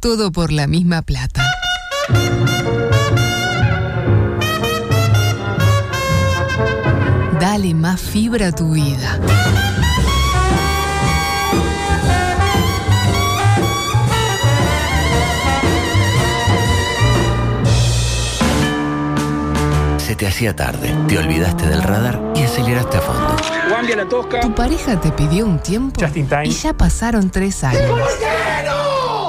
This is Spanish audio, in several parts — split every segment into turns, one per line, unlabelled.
Todo por la misma plata. Dale más fibra a tu vida.
Se te hacía tarde, te olvidaste del radar y aceleraste a fondo.
Guambia la tosca.
Tu pareja te pidió un tiempo
Just in time.
y ya pasaron tres años.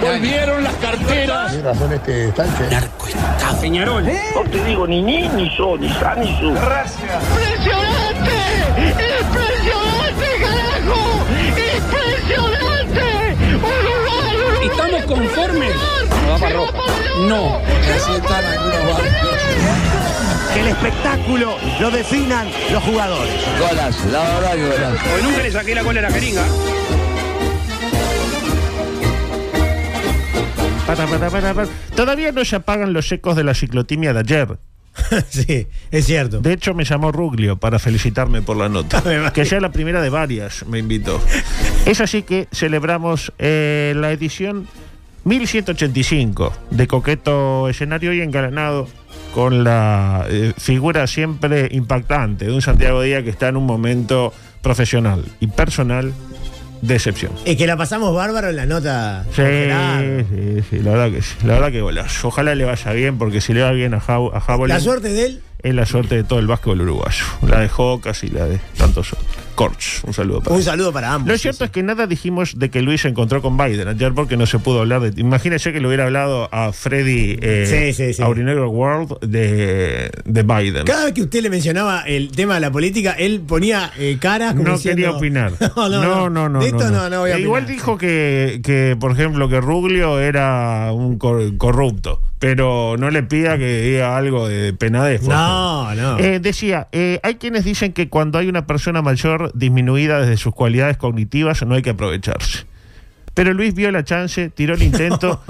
Volvieron las carteras. Peñarol.
¿Eh?
¡Impresionante! ¡Impresionante, carajo! ¡Impresionante! ¡Uruguay, Uruguay!
¿Estamos conformes?
No va para ropa.
No.
el espectáculo lo definan los jugadores.
Porque nunca le saqué la cola a la jeringa.
Para, para, para, para. Todavía no se apagan los ecos de la ciclotimia de ayer.
sí, es cierto.
De hecho, me llamó Ruglio para felicitarme por la nota.
Me imagino.
que ya es la primera de varias, me invitó. Es así que celebramos eh, la edición 1185 de Coqueto Escenario y engalanado con la eh, figura siempre impactante de un Santiago Díaz que está en un momento profesional y personal de excepción.
Es que la pasamos bárbaro en la nota.
Sí,
Gerardo.
sí, sí, la verdad que sí, la verdad que golazo. Ojalá le vaya bien, porque si le va bien a, Jau- a Jabolín,
La suerte de él.
es la suerte de todo el básquetbol uruguayo. La de Jocas y la de tantos otros. Corch, un saludo para
Un
él.
saludo para ambos.
Lo cierto es que nada dijimos de que Luis se encontró con Biden ayer porque no se pudo hablar de. Imagínese que le hubiera hablado a Freddy eh,
Sí, sí, sí.
Aurinegro World de, de Biden.
Cada vez que usted le mencionaba el tema de la política, él ponía eh, caras como
No
diciendo,
quería opinar.
No, no, no. De esto no, no, voy a
Eh, Igual
opinar".
dijo que, que, por ejemplo, que Ruglio era un cor- corrupto, pero no le pida que diga algo de penadez. por ejemplo.
No, no.
Eh, decía, eh, hay quienes dicen que cuando hay una persona mayor disminuida desde sus cualidades cognitivas no hay que aprovecharse. Pero Luis vio la chance, tiró el intento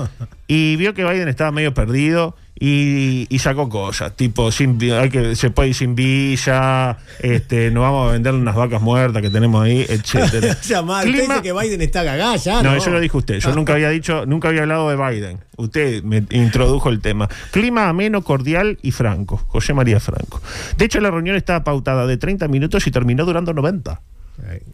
y vio que Biden estaba medio perdido y, y sacó cosas, tipo, sin, vi- hay que, se puede ir sin villa, este, nos vamos a vender unas vacas muertas que tenemos ahí, etc.
o sea, madre, usted dice que Biden está cagá
No,
ya. No, Ah.
eso lo dijo usted. Yo nunca había dicho, nunca había hablado de Biden. Usted me introdujo el tema. Clima ameno, cordial y franco. José María Franco. De hecho, la reunión estaba pautada de 30 minutos y terminó durando 90.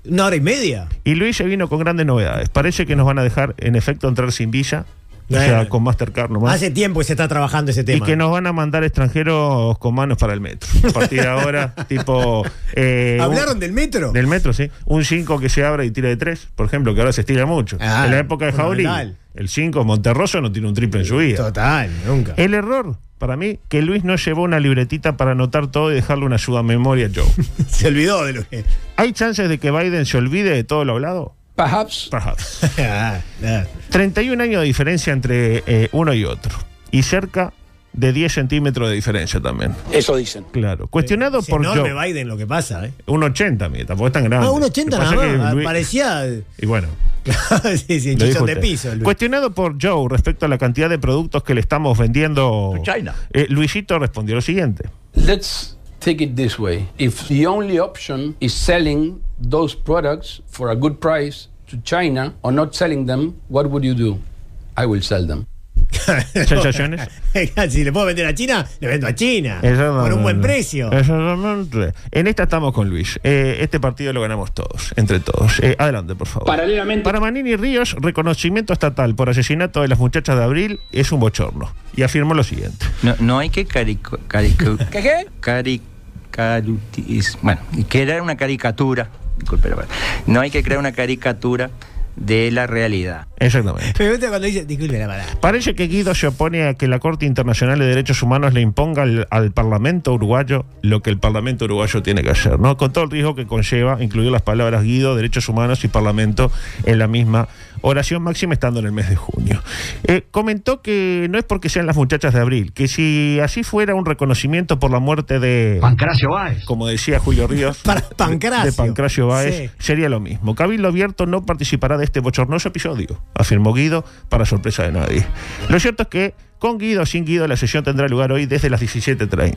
Una hora y media.
Y Luis se vino con grandes novedades. Parece que nos van a dejar, en efecto, entrar sin villa. O sea,
Bueno.
con Mastercard nomás.
Hace tiempo que se está trabajando ese
Y
tema.
que nos van a mandar extranjeros con manos para el metro. A partir de ahora, tipo. eh, un-
¿Hablaron del metro?
Del metro, sí. Un 5 que se abra y tira de 3, por ejemplo, que ahora se estira mucho.
Ah,
en la época de Jaurí,
fundamental.
el 5 Monterroso no tiene un triple en su vida.
Total, nunca.
El error, para mí, que Luis no llevó una libretita para anotar todo y dejarle una ayuda a memoria a Joe.
Se olvidó de lo que.
¿Hay chances de que Biden se olvide de todo lo hablado?
Perhaps.
Perhaps.
Ah, ah.
31 años de diferencia entre eh, uno y otro. Y cerca de 10 centímetros de diferencia también.
Eso dicen.
Claro. Cuestionado
Es
por
enorme
Joe.
Biden lo que pasa, ¿eh?
Un 80, mira, tampoco es tan grande.
Ah, un 80
Lo que
nada
pasa es que
más.
Luis-
Parecía.
Y bueno,
sí, sí,
Lo dijo
chichón de
usted.
piso. Luis.
Cuestionado por Joe respecto a la cantidad de productos que le estamos vendiendo,
China.
eh, Luisito respondió lo siguiente.
Let's take it this way. If the only option is selling those products for a good price to China or not selling them, what would you do? I will sell them.
¿Sensaciones?
si le puedo vender a China, le vendo a China. Por un buen precio.
Exactamente. En esta estamos con Luis. Eh, este partido lo ganamos todos, entre todos. Eh, adelante, por favor.
Paralelamente.
Para Manini Ríos, reconocimiento estatal por asesinato de las muchachas de abril es un bochorno. Y afirmó lo siguiente.
No, no hay que carico, carico,
¿Qué qué?
cari- carutis- bueno, crear una caricatura. Disculpe la palabra. No hay que crear una caricatura de la realidad.
Exactamente.
Me gusta cuando dice, disculpe la palabra.
Parece que Guido se opone a que la Corte Internacional de Derechos Humanos le imponga al, al Parlamento uruguayo lo que el Parlamento uruguayo tiene que hacer, ¿no? Con todo el riesgo que conlleva incluir las palabras Guido, Derechos Humanos y Parlamento en la misma oración máxima estando en el mes de junio. Eh, comentó que no es porque sean las muchachas de abril, que si así fuera un reconocimiento por la muerte de...
Pancracio Báez.
Como decía Julio Ríos.
Para Pancracio.
De Pancracio Báez.
Sí.
Sería lo mismo. Cabildo Abierto no participará de este bochornoso episodio, afirmó Guido, para sorpresa de nadie. Lo cierto es que, con Guido o sin Guido, la sesión tendrá lugar hoy desde las 17.30.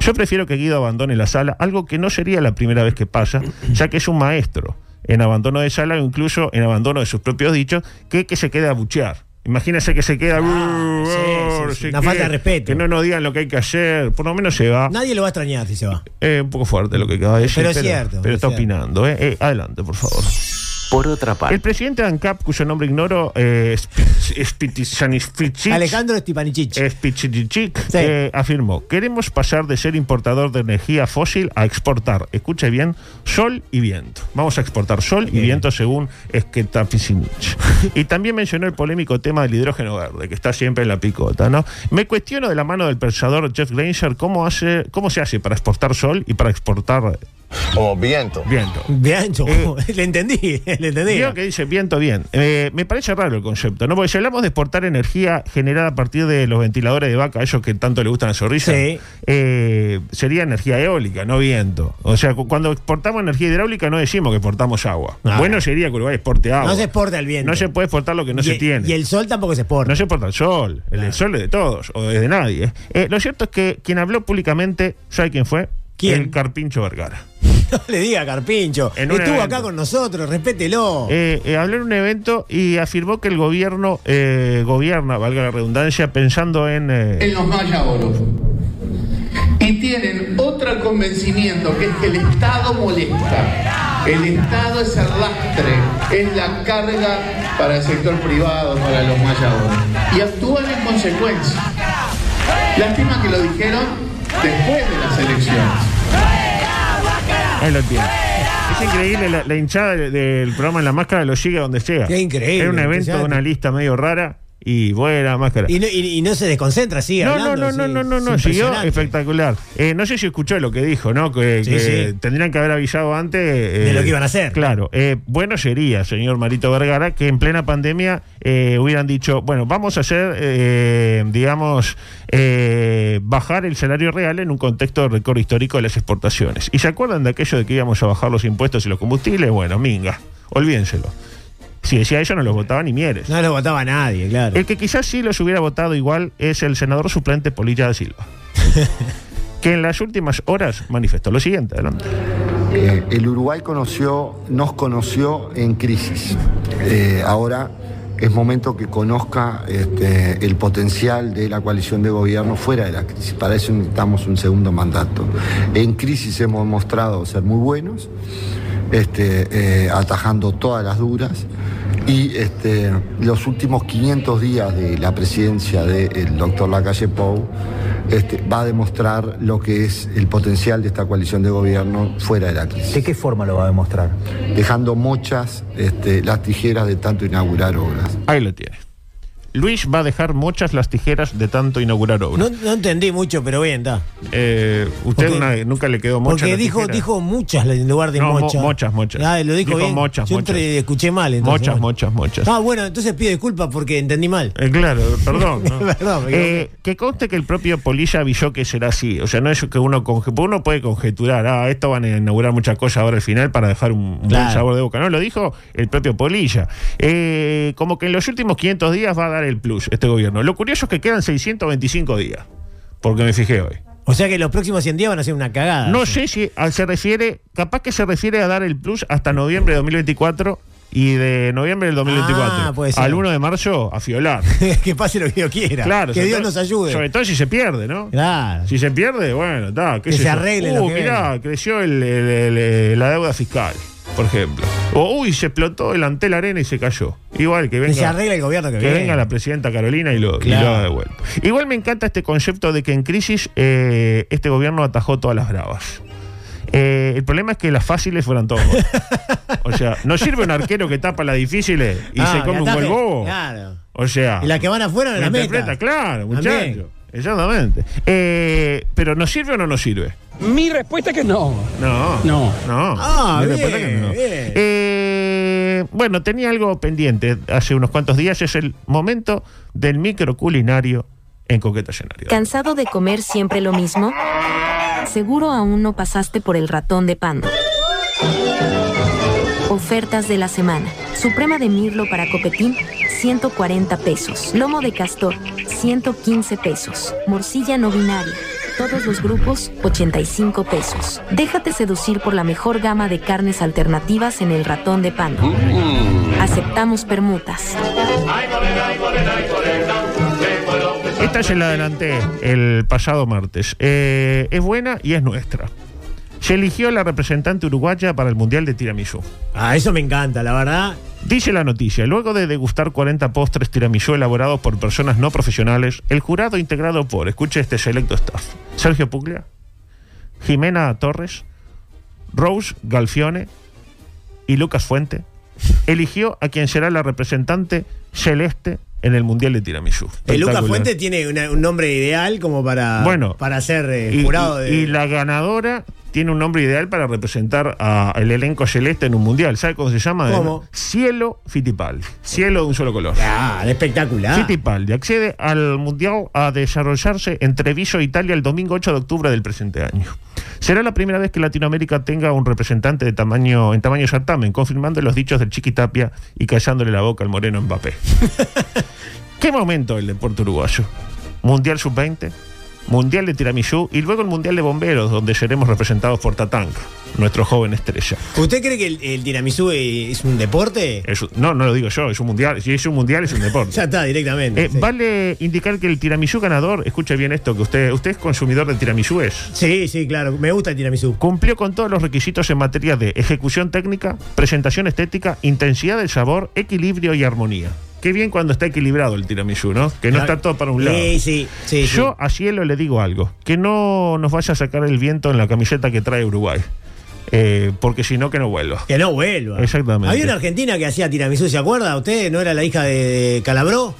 Yo prefiero que Guido abandone la sala, algo que no sería la primera vez que pasa, ya que es un maestro en abandono de sala o incluso en abandono de sus propios dichos, que, que se quede a buchear. Imagínense que se queda. "Uh, oh,
Ah, sí, sí, sí.
se
Una falta de
queda,
respeto.
Que no nos digan lo que hay que hacer. Por lo menos se va.
Nadie lo va a extrañar si se va.
Eh, un poco fuerte lo que acaba de decir.
Pero es cierto,
Pero
pero es
está
cierto.
opinando. eh. Eh, adelante, por favor.
Por otra
El
parte,
presidente de ANCAP, cuyo nombre ignoro, eh, Spitz- Spitz-
Alejandro Stipanichich.
Eh. Spichichichik
Sí.
eh, afirmó, queremos pasar de ser importador de energía fósil a exportar, escuche bien, sol y viento. Vamos a exportar sol y viento según Sketafisinich. y también mencionó el polémico tema del hidrógeno verde, que está siempre en la picota, ¿no? Me cuestiono de la mano del pensador Jeff Granger cómo, hace, cómo se hace para exportar sol y para exportar
Como viento.
viento.
Bien, yo-
Eh.
le entendí, le entendí.
Digo que dice viento bien. Eh, me parece raro el concepto, ¿no? Porque si hablamos de exportar energía generada a partir de los ventiladores de vaca, a ellos que tanto le gustan a Zorrilla,
Sí.
eh, sería energía eólica, no viento. O sea, cu- cuando exportamos energía hidráulica no decimos que exportamos agua.
Ah.
Bueno sería que Uruguay exporte agua.
No se exporta el viento.
No se puede exportar lo que no
y,
se tiene.
Y el sol tampoco se exporta.
No se porta el sol. El,
Claro.
sol es de todos, o es de nadie. Eh, lo cierto es que quien habló públicamente, ¿sabe quién fue?
¿Quién?
El Carpincho Vergara.
No le diga, Carpincho.
En un
Estuvo
evento.
acá con nosotros, respételo.
Eh, eh, habló en un evento y afirmó que el gobierno eh, gobierna, valga la redundancia, pensando en... eh,
en los maya oro. Y tienen otro convencimiento que es que el Estado molesta. El Estado es el lastre, es la carga para el sector privado, para los maya oro. Y actúan en consecuencia. Lástima que lo dijeron después de las elecciones.
ahí lo tiene. Es increíble, la, la hinchada de- del programa En la Máscara lo sigue donde sea.
Qué increíble,
Era un evento de
impresionante.
una lista medio rara y buena la máscara.
y, no, y- y no se desconcentra, sigue
no,
hablando.
no, no,
sí,
no, no,
es
no, siguió
impresionante.
espectacular. Eh, no sé si escuchó lo que dijo, ¿no? Que,
Sí,
que
sí.
tendrían que haber avisado antes. eh,
De lo que iban a hacer.
Claro. Eh, bueno sería, señor Marito Vergara, que en plena pandemia eh, hubieran dicho, bueno, vamos a hacer, eh, digamos, eh, bajar el salario real en un contexto de récord histórico de las exportaciones. ¿Y se acuerdan de aquello de que íbamos a bajar los impuestos y los combustibles? Bueno, minga, olvídenselo. Si decía eso, no los votaban ni mieres.
No lo votaba nadie, claro.
El que quizás sí los hubiera votado igual es el senador suplente Polilla da Silva. que en las últimas horas manifestó lo siguiente, adelante.
Eh, el Uruguay conoció, nos conoció en crisis. Eh, ahora es momento que conozca este, el potencial de la coalición de gobierno fuera de la crisis. Para eso necesitamos un segundo mandato. En crisis hemos mostrado ser muy buenos, este, eh, atajando todas las duras. Y este, los últimos 500 días de la presidencia del doctor Lacalle Pou este, va a demostrar lo que es el potencial de esta coalición de gobierno fuera de la crisis,
¿De qué forma lo va a demostrar?
dejando mochas este, las tijeras de tanto inaugurar obras.
Ahí lo tiene. Luis va a dejar muchas las tijeras de tanto inaugurar
No,
obras.
no entendí mucho, pero bien, está.
Eh, usted
Porque-
una- nunca le quedó muchas
Porque
las
dijo,
tijeras.
dijo muchas en lugar de
No, mo-
mochas.
mochas, mochas.
Ah, lo dijo,
Dijo
bien.
mochas,
Yo
mochas.
entre- escuché mal. entonces,
Mochas,
bueno.
mochas, mochas.
Ah, bueno, entonces pido disculpas porque entendí mal.
Eh, claro, perdón. ¿no?
Perdón, me
Eh, que conste que el propio Polilla avisó que será así. O sea, no es que uno conge- uno puede conjeturar, ah, esto van a inaugurar muchas cosas ahora al final para dejar un, un buen
Claro.
sabor de boca. No, lo dijo el propio Polilla. Eh, como que en los últimos 500 días va a dar el plus este gobierno. Lo curioso es que quedan 625 días, porque me fijé hoy.
O sea que los próximos 100 días van a ser una cagada.
No sé si a- se refiere, capaz que se refiere a dar el plus hasta noviembre de 2024 y de noviembre del 2024
Ah, puede ser.
al 1 de marzo a fiolar.
que pase lo que Dios quiera.
Claro,
que
sobre
Dios
todo-
nos ayude.
Sobre todo si se pierde, ¿no?
Claro.
Si se pierde, bueno, está.
Que se arregle lo que
mirá, creció el- el- el- el- la deuda fiscal, por ejemplo. O, uy, se explotó el ante la arena y se cayó. Igual que venga.
que se arregle el gobierno que,
que
viene.
venga la presidenta Carolina y lo, y
Claro.
lo haga de vuelta. Igual me encanta este concepto de que en crisis eh, este gobierno atajó todas las bravas. Eh, el problema es que las fáciles fueran todos. goles. o sea, no sirve un arquero que tapa las difíciles y
Ah,
se come
el
un gol
ataque,
bobo.
Claro.
O sea.
Y las que van afuera de
lo
la meta.
interpreta, claro,
También.
muchacho. Exactamente. Eh, pero ¿nos sirve o no nos sirve?
Mi respuesta es que no.
No.
No.
No.
Ah,
Me
bien,
parece que no.
bien.
Eh, bueno, tenía algo pendiente hace unos cuantos días. Es el momento del microculinario en Coqueto Llenario.
¿Cansado de comer siempre lo mismo? Seguro aún no pasaste por el ratón de pando. Ofertas de la semana. Suprema de mirlo para copetín, 140 pesos. Lomo de castor, 115 pesos. Morcilla no binaria. Todos los grupos, 85 pesos. Déjate seducir por la mejor gama de carnes alternativas en el ratón de pando. Aceptamos permutas.
Esta se la adelanté el pasado martes. Eh, es buena y es nuestra. Se eligió la representante uruguaya para el Mundial de Tiramisú.
Ah, eso me encanta, la verdad. Eh,
Dice la noticia, luego de degustar 40 postres tiramisú elaborados por personas no profesionales, el jurado integrado por, escuche este selecto staff, Sergio Puglia, Jimena Torres, Rose Galfione y Lucas Fuente, eligió a quien será la representante celeste en el Mundial de Tiramisú.
El Eh, Lucas
Espectacular.
Fuente tiene una- un nombre ideal como para,
Bueno.
para ser eh,
y,
jurado
y-
de.
y la ganadora tiene un nombre ideal para representar al elenco celeste en un mundial. ¿Sabe cómo se llama?
¿Cómo?
Cielo Fittipaldi. Cielo de un solo color.
Ah, espectacular.
Fittipaldi accede al mundial a desarrollarse en Treviso, Italia, el domingo 8 de octubre del presente año. Será la primera vez que Latinoamérica tenga un representante de tamaño en tamaño certamen, confirmando los dichos del Chiquitapia y callándole la boca al moreno Mbappé. ¿Qué momento el deporte uruguayo? Mundial Sub-20, Mundial de Tiramisú y luego el Mundial de Bomberos, donde seremos representados por Tatanka, nuestro joven estrella.
¿Usted cree que el, el tiramisú eh, es un deporte?
Es un- no, no lo digo yo, es un mundial. Si es un mundial, es un deporte.
Ya está, directamente.
Eh,
sí.
Vale indicar que el tiramisú ganador, escuche bien esto, que usted, usted es consumidor de tiramisúes,
sí, sí, claro. Me gusta el tiramisú.
cumplió con todos los requisitos en materia de ejecución técnica, presentación estética, intensidad del sabor, equilibrio y armonía. Qué bien cuando está equilibrado el tiramisú, ¿no? Que no
Claro.
está todo para un lado.
Sí, sí, sí. sí.
Yo a Cielo le digo algo, que no nos vaya a sacar el viento en la camiseta que trae Uruguay, Eh, porque si no, que no vuelva.
Que no vuelva.
Exactamente.
Había una argentina que hacía tiramisú, ¿se acuerda? ¿Usted no era la hija de, de Calabró?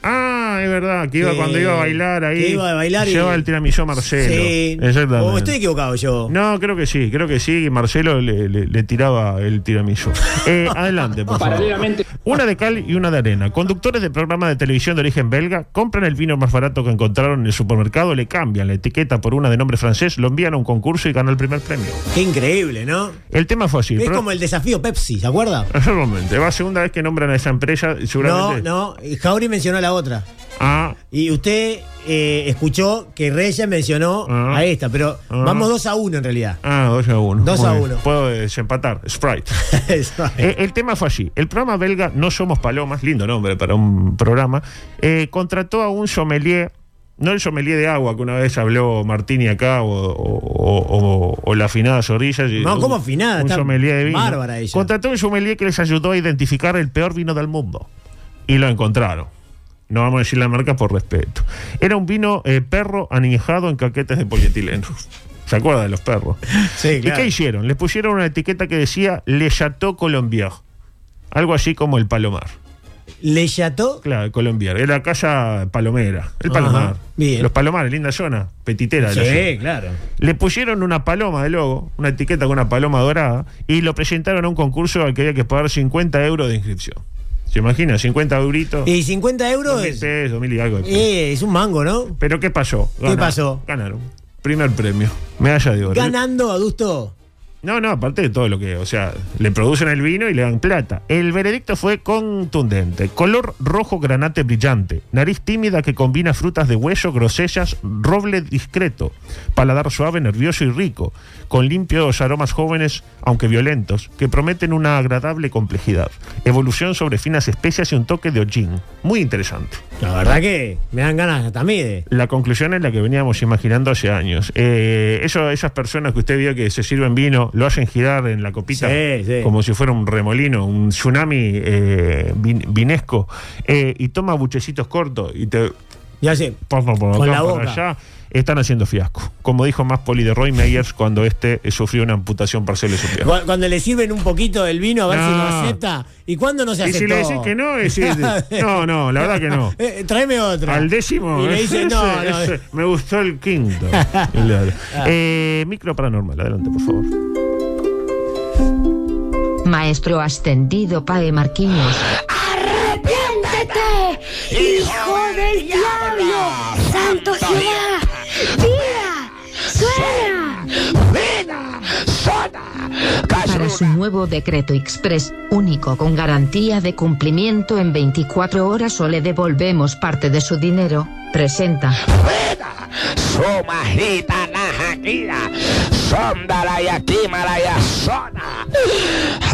Ah, es verdad, que iba
Sí.
cuando iba a bailar ahí.
Que iba a bailar y-
Lleva el tiramisú a Marcelo.
Sí.
Exactamente.
O estoy equivocado yo.
No, creo que sí, creo que sí. y Marcelo le, le- le tiraba el tiramisú. Eh, adelante, por favor.
Paralelamente.
Una de cal y una de arena. Conductores de programas de televisión de origen belga compran el vino más barato que encontraron en el supermercado, le cambian la etiqueta por una de nombre francés, lo envían a un concurso y ganó el primer premio.
Qué increíble, ¿no?
El tema fue así.
es
pro-
como el desafío Pepsi, ¿se acuerda?
Exactamente. Va a segunda vez que nombran a esa empresa,
No,
seguramente.
no. Jauri mencionó la otra.
Ah,
Y usted eh, escuchó que Reyes mencionó
Ah.
a esta, pero
Ah.
vamos 2 a 1 en realidad.
ah, 2 a 1.
Dos a uno.
Puedo desempatar. Sprite.
Eso es.
Eh, el tema fue así. El programa belga No Somos Palomas, lindo nombre para un programa, eh, contrató a un sommelier, no el sommelier de agua que una vez habló Martini acá o, o- o- o- o la afinada Zorrilla.
No, ¿cómo afinada?
Un
Está
sommelier de vino.
bárbara ella.
Contrató un sommelier que les ayudó a identificar el peor vino del mundo. Y lo encontraron. No vamos a decir la marca por respeto. Era un vino eh, perro anijado en caquetes de polietileno. ¿Se acuerda de los perros?
Sí,
¿Y
claro.
qué hicieron? Les pusieron una etiqueta que decía Le Chateau Colombier. Algo así como el Palomar.
Le Chateau.
Claro, Colombier. Era casa palomera. El Palomar.
Ajá, bien.
Los Palomares, linda zona. Petitera de la zona.
Sí, claro.
Le pusieron una paloma de logo, una etiqueta con una paloma dorada, y lo presentaron a un concurso al que había que pagar 50 euros de inscripción. ¿Se imagina? 50 euritos.
Y 50 euros
2000
es,
pesos, 1000 y algo. de pesos.
eh, es un mango, ¿no?
Pero ¿qué pasó?
¿Qué pasó?
Ganaron. Primer premio. Medalla de oro.
Ganando, adusto.
No, no, aparte de todo lo que, o sea, le producen el vino y le dan plata. El veredicto fue contundente. Color rojo granate brillante, nariz tímida que combina frutas de hueso, grosellas, roble discreto, paladar suave, nervioso y rico, con limpios aromas jóvenes, aunque violentos, que prometen una agradable complejidad. Evolución sobre finas especias y un toque de hollín. Muy interesante.
La verdad que me dan ganas hasta a mí de.
La conclusión es la que veníamos imaginando hace años. Eh, eso, esas personas que usted vio que se sirven vino, lo hacen girar en la copita
Sí, sí.
como si fuera un remolino, un tsunami eh, vin- vinesco, eh, y toma buchecitos cortos y te, Y así.
con la boca.
Están haciendo fiasco. Como dijo más Poli de Roy Meyers cuando este eh, sufrió una amputación parcial de su pierna.
Cu- Cuando le sirven un poquito del vino a ver si lo
No.
acepta. ¿Y cuándo no se
Y
aceptó?
si le decís que no, decís, no, no, la verdad que no.
Eh, tráeme otra.
Al décimo. ¿eh?
Y le dice, no,
ese-
no. eh".
ese, me gustó el quinto. Claro. Eh, micro paranormal, adelante, por favor.
Maestro ascendido Pae Marquinhos.
¡Arrepiéntete, hijo del diablo! ¡Santo Jehová! ¡Vida! ¡Suena! ¡Vida!
Para su nuevo decreto express, único con garantía de cumplimiento en 24 horas o le devolvemos parte de su dinero, presenta.
Soma gitana jaquira, sondala y atímala y azona.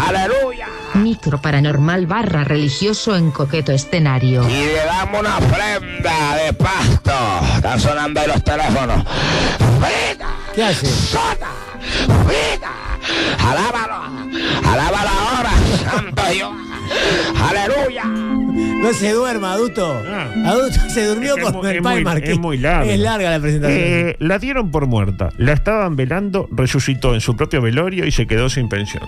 ¡Aleluya!
Micro paranormal barra religioso en coqueto escenario.
Y le damos una prenda de pasto. Están sonando ahí los teléfonos. ¡Vida!
¿Qué hace?
¡Sona! ¡Vida! ¡Alábalo! ¡Alábalo ahora! ¡Santo Dios! ¡Aleluya!
No se duerma, adulto. Adulto se durmió
Ah. Es que es
con
muy-
el
es
Pai
muy-
Marquín.
es muy largo.
Es larga la presentación.
Eh, la dieron por muerta, la estaban velando, resucitó en su propio velorio y se quedó sin pensión.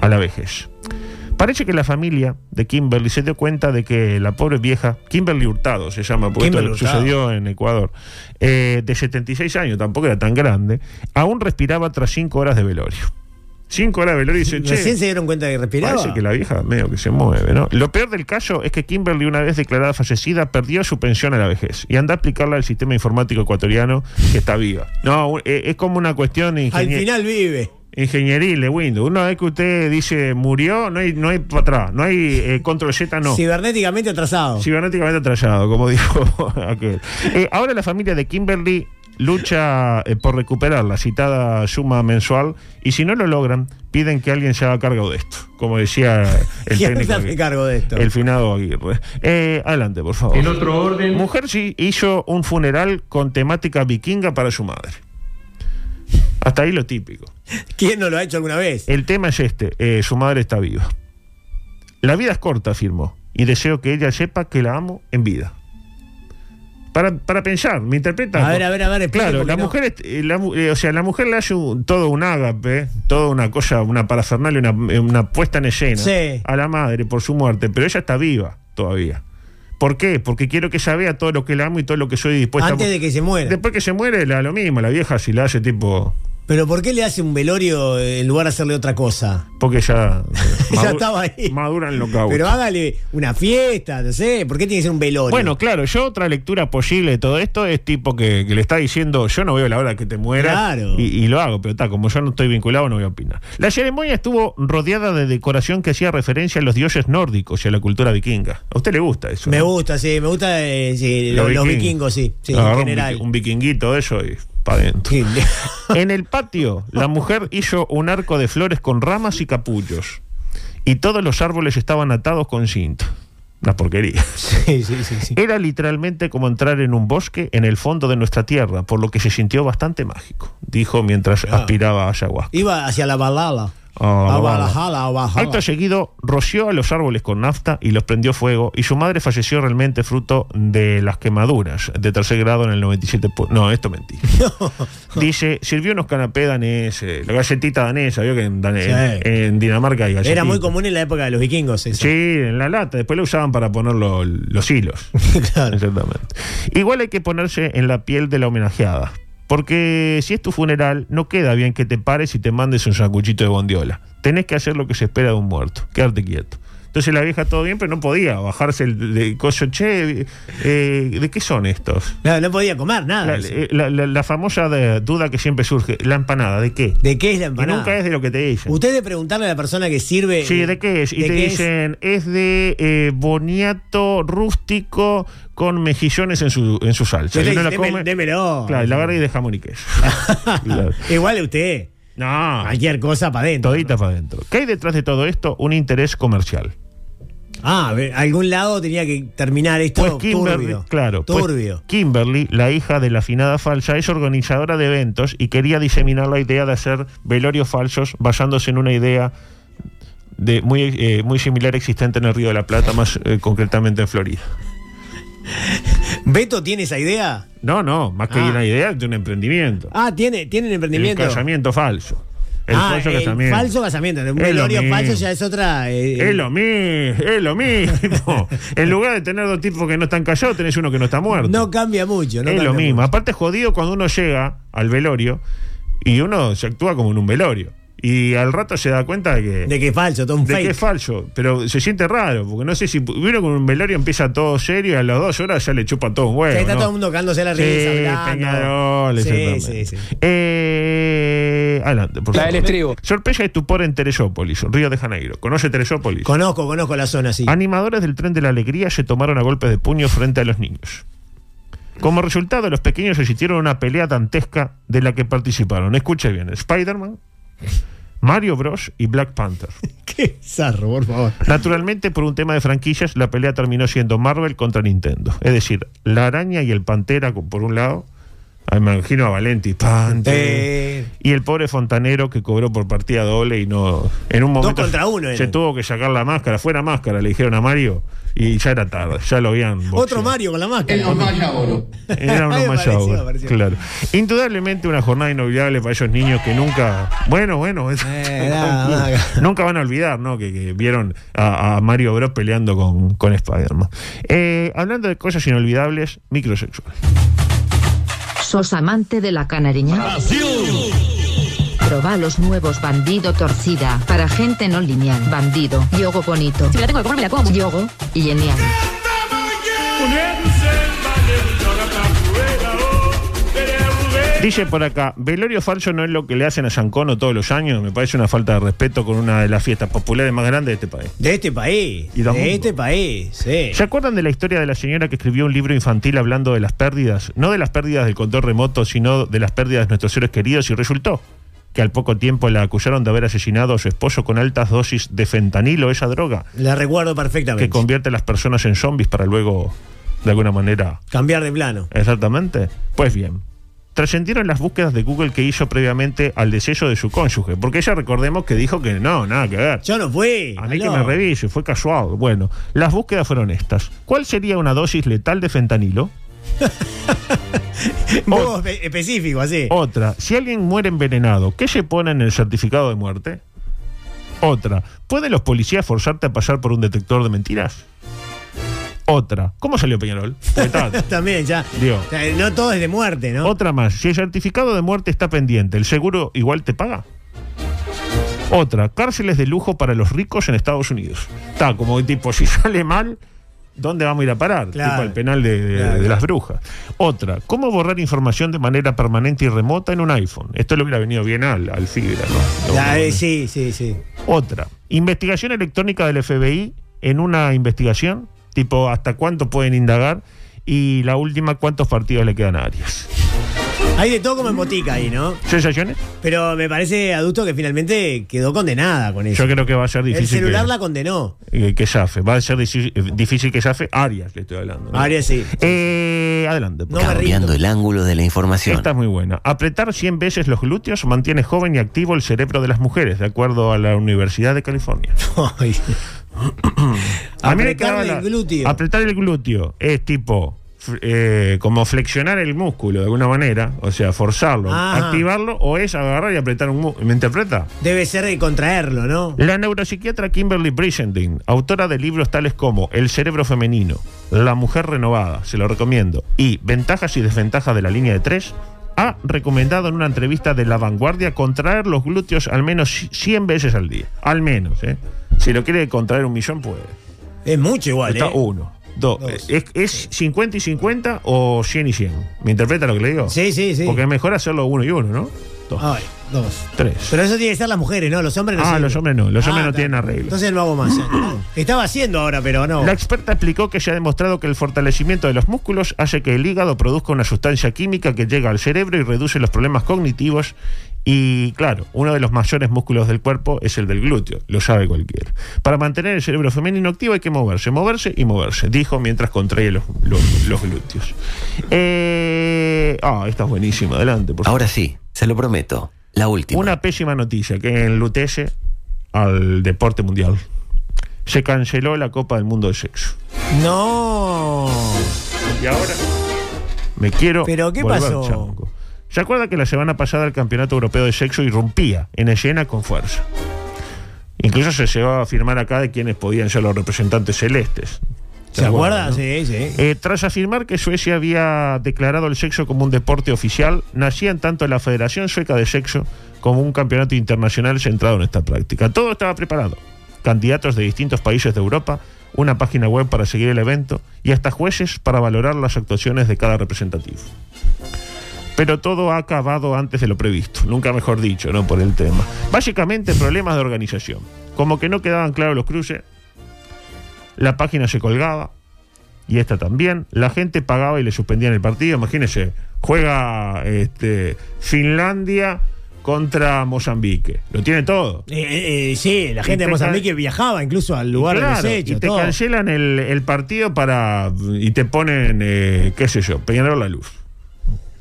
A la vejez. Parece que la familia de Kimberly se dio cuenta de que la pobre vieja, Kimberly Hurtado se llama, porque
Kimberly
esto
Hurtado.
sucedió en Ecuador, eh, de 76 años, tampoco era tan grande, aún respiraba tras 5 horas de velorio. 5 horas de velorio y dice, che,
Recién se dieron cuenta que respiraba.
Parece que la vieja medio que se mueve, ¿no? Lo peor del caso es que Kimberly, una vez declarada fallecida, perdió su pensión a la vejez y anda a aplicarla al sistema informático ecuatoriano que está viva. No, u- eh, es como una cuestión
Al
ingenier-
final vive.
ingenieril de Windows. Una vez que usted dice murió, no hay, no hay para atrás, no hay eh, control Z, no.
Cibernéticamente atrasado.
Cibernéticamente atrasado, como dijo aquel. Eh, ahora la familia de Kimberly lucha eh, por recuperar la citada suma mensual y si no lo logran, piden que alguien se haga cargo de esto, como decía el
¿Quién se
técnico.
hace
Aguirre,
cargo de esto?
El finado Aguirre. Eh, adelante, por favor.
En otro orden-
Mujer sí hizo un funeral con temática vikinga para su madre. Hasta ahí lo típico.
¿Quién no lo ha hecho alguna vez?
El tema es este, eh, su madre está viva. La vida es corta, afirmó, y deseo que ella sepa que la amo en vida. Para, para pensar, me interpreta.
A ver, a ver, a ver, explique,
Claro,
porque
la
no.
mujer, es- eh, la mu- eh, o sea, la mujer le hace un- todo un ágape, eh, toda una cosa, una parafernalia, una, eh, una puesta en escena
Sí.
a la madre por su muerte, pero ella está viva todavía. ¿Por qué? Porque quiero que ella vea todo lo que la amo y todo lo que soy dispuesta
Antes
a-
de que se muera.
Después que se muere, la, lo mismo, la vieja si la hace tipo.
Pero ¿por qué le hace un velorio en lugar de hacerle otra cosa?
Porque ya.
ya
madu-
estaba ahí.
Maduran los cauchos.
Pero hágale una fiesta, no sé. ¿Por qué tiene que ser un velorio?
Bueno, claro, yo otra lectura posible de todo esto es tipo que, que le está diciendo, yo no veo la hora que te mueras
Claro.
y, y lo hago, pero está, como yo no estoy vinculado no voy a opinar. La ceremonia estuvo rodeada de decoración que hacía referencia a los dioses nórdicos y a la cultura vikinga. ¿A usted le gusta eso?
me
no?
gusta, sí, me gusta eh, sí,
Los
lo- los
vikingos.
vikingos, sí, sí
Agarró
en
un
general.
viqui- Un, vikinguito de eso y para adentro. en el patio, la mujer hizo un arco de flores con ramas y capullos. Y todos los árboles estaban atados con cinta. Una porquería.
Sí, sí, sí, sí.
Era literalmente como entrar en un bosque en el fondo de nuestra tierra, por lo que se sintió bastante mágico, dijo mientras aspiraba a ayahuasca.
Iba hacia la balala.
Ah,
a
la bala.
Valhalla, a Valhalla.
Acto seguido, roció a los árboles con nafta y los prendió fuego, y su madre falleció realmente fruto de las quemaduras de tercer grado en el 97. pu- No, esto mentí. Dice, sirvió unos canapés daneses, la galletita danesa, vio que en, Dan-
Sí.
en Dinamarca hay galletitas.
Era muy común en la época de los vikingos eso.
Sí, en la lata. Después lo usaban para poner lo- los hilos. Exactamente. Igual hay que ponerse en la piel de la homenajeada. Porque si es tu funeral, no queda bien que te pares y te mandes un sanguchito de bondiola. Tenés que hacer lo que se espera de un muerto. Quedarte quieto. Entonces la vieja todo bien, pero no podía bajarse el, de coso. Che, eh, ¿de qué son estos?
No, no podía comer nada.
La, eh, la- la- la famosa de- duda que siempre surge. La empanada, ¿de qué?
¿De qué es la
Y
empanada?
nunca es de lo que te dicen.
Usted de preguntarle a la persona que sirve.
Sí, ¿de qué es? Y
¿de
te
qué es?
dicen, es, de eh, boniato rústico con mejillones en su, en su salsa.
Yo le
Si no la
dije, "Deme-
come-
démelo".
Claro, la agarra y de jamón y queso. Claro.
Igual usted.
No.
Cualquier cosa para adentro.
Todita para adentro. ¿Qué hay detrás de todo esto? Un interés comercial.
Ah, a ver, algún lado tenía que terminar esto
Pues Kimberly,
turbio.
claro. pues
Turbio.
Kimberly, la hija de la afinada falsa, es organizadora de eventos y quería diseminar la idea de hacer velorios falsos basándose en una idea de muy, eh, muy similar existente en el Río de la Plata, más eh, concretamente en Florida.
¿Beto tiene esa idea?
No, no, más que
Ah.
una idea de un emprendimiento.
Ah, tiene, tienen emprendimiento.
El casamiento falso. El
Ah,
falso
el
casamiento.
falso casamiento. Un
Es lo
velorio
mismo.
falso ya es otra. eh,
Es lo mismo, es lo mismo. en lugar de tener dos tipos que no están callados, tenés uno que no está muerto.
No cambia mucho, ¿no?
es
cambia
lo mismo. Aparte, es jodido cuando uno llega al velorio y uno se actúa como en un velorio. Y al rato se da cuenta de que.
De que es falso, todo un
de
fake.
que es falso, pero se siente raro, porque no sé si uno con un velorio empieza todo serio y a las dos horas ya le chupa todo un huevo.
Ya está
¿no?
todo el mundo cagándose la
Sí,
risa, hablando.
Peñarol,
Sí, sí,
exactamente.
sí.
Eh, adelante, por
La
favor.
del estribo.
Sorpresa y estupor en Teresópolis, Río de Janeiro. ¿Conoce Teresópolis?
Conozco, conozco la zona, sí.
Animadores del tren de la alegría se tomaron a golpes de puño frente a los niños. Como resultado, los pequeños asistieron a una pelea dantesca de la que participaron. Escuche bien: Spider-Man, Mario Bros. y Black Panther.
Qué zarro, por favor.
Naturalmente, por un tema de franquicias, la pelea terminó siendo Marvel contra Nintendo. Es decir, la araña y el pantera co- por un lado. Ay, me imagino a Valenti, Panther.
Eh.
Y el pobre fontanero que cobró por partida doble y no. En un momento.
contra uno
Se
eran.
tuvo que sacar la máscara, fuera máscara, le dijeron a Mario. Y ya era tarde, ya lo habían. boxeado.
Otro Mario con la máscara.
En los mayas, boludo.
Era uno
Ay,
más
parecido,
ahora,
parecido.
Claro. Indudablemente una jornada inolvidable para esos niños que nunca. Bueno, bueno. es-
Eh, nada, nada.
nunca van a olvidar, ¿no? Que, que vieron a, a Mario Bros peleando con, con Spider-Man. Eh, hablando de cosas inolvidables, microsexual.
¿Sos amante de la canariña? Proba los nuevos bandido torcida para gente no lineal. Bandido, yogo bonito. Si la tengo que comer, me la como. Yogo, genial.
Dice por acá, velorio falso no es lo que le hacen a Yancono todos los años. Me parece una falta de respeto con una de las fiestas populares más grandes de este país.
De este país.
Y
de
del mundo.
este país, sí.
¿Se acuerdan de la historia de la señora que escribió un libro infantil hablando de las pérdidas? No de las pérdidas del control remoto, sino de las pérdidas de nuestros seres queridos y resultó que al poco tiempo la acusaron de haber asesinado a su esposo con altas dosis de fentanilo, esa droga
La recuerdo
que
perfectamente.
convierte a las personas en zombies para luego, de alguna manera,
Cambiar de plano.
Exactamente. Pues bien, trascendieron las búsquedas de Google que hizo previamente al deceso de su cónyuge, porque ella recordemos que dijo que no, nada que ver.
Yo no fui.
A mí que
aló.
me revise, fue casual. Bueno, las búsquedas fueron estas. ¿Cuál sería una dosis letal de fentanilo?
No,
Oh.
espe- eh, específico, así.
Otra, si alguien muere envenenado, ¿qué se pone en el certificado de muerte? Otra, ¿pueden los policías forzarte a pasar por un detector de mentiras? Otra, ¿cómo salió Peñarol? Porque está-
También, ya.
Digo.
O sea, No todo es de muerte, ¿no?
Otra más. Si el certificado de muerte está pendiente, ¿el seguro igual te paga? Otra. Cárceles de lujo para los ricos en Estados Unidos. Está como tipo, si sale mal, ¿dónde vamos a ir a parar?
Claro.
Tipo al penal de, de-
Claro,
de
claro.
las brujas. Otra. ¿Cómo borrar información de manera permanente y remota en un iPhone? Esto le hubiera venido bien al, al Fibra, ¿no?
Ya, eh, sí, sí, sí.
Otra. Investigación electrónica del FBI en una investigación. Tipo, ¿hasta cuánto pueden indagar? Y la última, ¿cuántos partidos le quedan a Arias?
Hay de todo como en botica ahí, ¿no?
¿Sensaciones?
Pero me parece adulto que finalmente quedó condenada con eso.
Yo creo que va a ser difícil.
El celular
que,
la condenó.
eh, que zafe. Va a ser difícil, eh, difícil que zafe Arias, le estoy hablando. ¿no?
Arias sí.
Eh, adelante. por
No me
favor.
rindo.
Cambiando el ángulo de la información.
Esta es muy buena. Apretar 100 veces los glúteos mantiene joven y activo el cerebro de las mujeres, de acuerdo a la Universidad de California.
Ay.
A mí me
Apretarle
quedaba
el glúteo.
Apretar el glúteo es tipo f- eh, como flexionar el músculo de alguna manera, o sea, forzarlo,
Ajá.
activarlo, o es agarrar y apretar un músculo. ¿Me interpreta?
Debe ser de contraerlo, ¿no?
La neuropsiquiatra Kimberly Brisendine, autora de libros tales como El cerebro femenino, La mujer renovada, se lo recomiendo, y Ventajas y desventajas de la línea de tres, ha recomendado en una entrevista de La Vanguardia contraer los glúteos al menos 100 veces al día. Al menos, ¿eh? Si lo quiere contraer un millón, puede.
Es mucho igual,
Está uh,
¿eh?
uno. Dos.
Dos.
¿Es, es 50 y 50 o 100 y 100? ¿Me interpreta lo que le digo?
Sí, sí, Ah. sí.
Porque es mejor hacerlo uno y uno, ¿no? Dos.
Ay, dos.
Tres.
Pero eso tiene que ser las mujeres, ¿no? Los hombres no.
Ah,
sirven.
los hombres no. Los
Ah,
hombres no
está.
tienen arreglo.
Entonces no hago más. Estaba haciendo ahora, pero no.
La experta explicó que se ha demostrado que el fortalecimiento de los músculos hace que el hígado produzca una sustancia química que llega al cerebro y reduce los problemas cognitivos. Y claro, uno de los mayores músculos del cuerpo es el del glúteo, lo sabe cualquiera. Para mantener el cerebro femenino activo hay que moverse, moverse y moverse, dijo mientras contraía los, los- los glúteos. Eh, Ah, esta es buenísima, adelante, por favor.
Ahora sí, se lo prometo. La última.
Una pésima noticia que enlutece al deporte mundial. Se canceló la Copa del Mundo de Sexo.
No.
Y ahora, Me quiero.
¿Pero qué
volver
pasó?
chango. ¿Se acuerda que la semana pasada el Campeonato Europeo de Sexo irrumpía en Escena con fuerza? Incluso se llegó a firmar acá de quienes podían ser los representantes celestes.
¿Se acuerda?
no?
Sí, sí.
Eh, tras afirmar que Suecia había declarado el sexo como un deporte oficial, nacían tanto la Federación Sueca de Sexo como un campeonato internacional centrado en esta práctica. Todo estaba preparado. Candidatos de distintos países de Europa, una página web para seguir el evento y hasta jueces para valorar las actuaciones de cada representativo. Pero todo ha acabado antes de lo previsto, nunca mejor dicho, ¿no? Por el tema. Básicamente problemas de organización. Como que no quedaban claros los cruces, la página se colgaba, y esta también. La gente pagaba y le suspendían el partido. Imagínense, juega este, Finlandia contra Mozambique. Lo tiene todo.
Eh, eh, eh, sí, la
Y
gente de
te
Mozambique
ca-
viajaba incluso al lugar
Claro,
de los hechos.
y te
todo.
cancelan el, el partido para y te ponen, eh, qué sé yo, Peñarol la luz.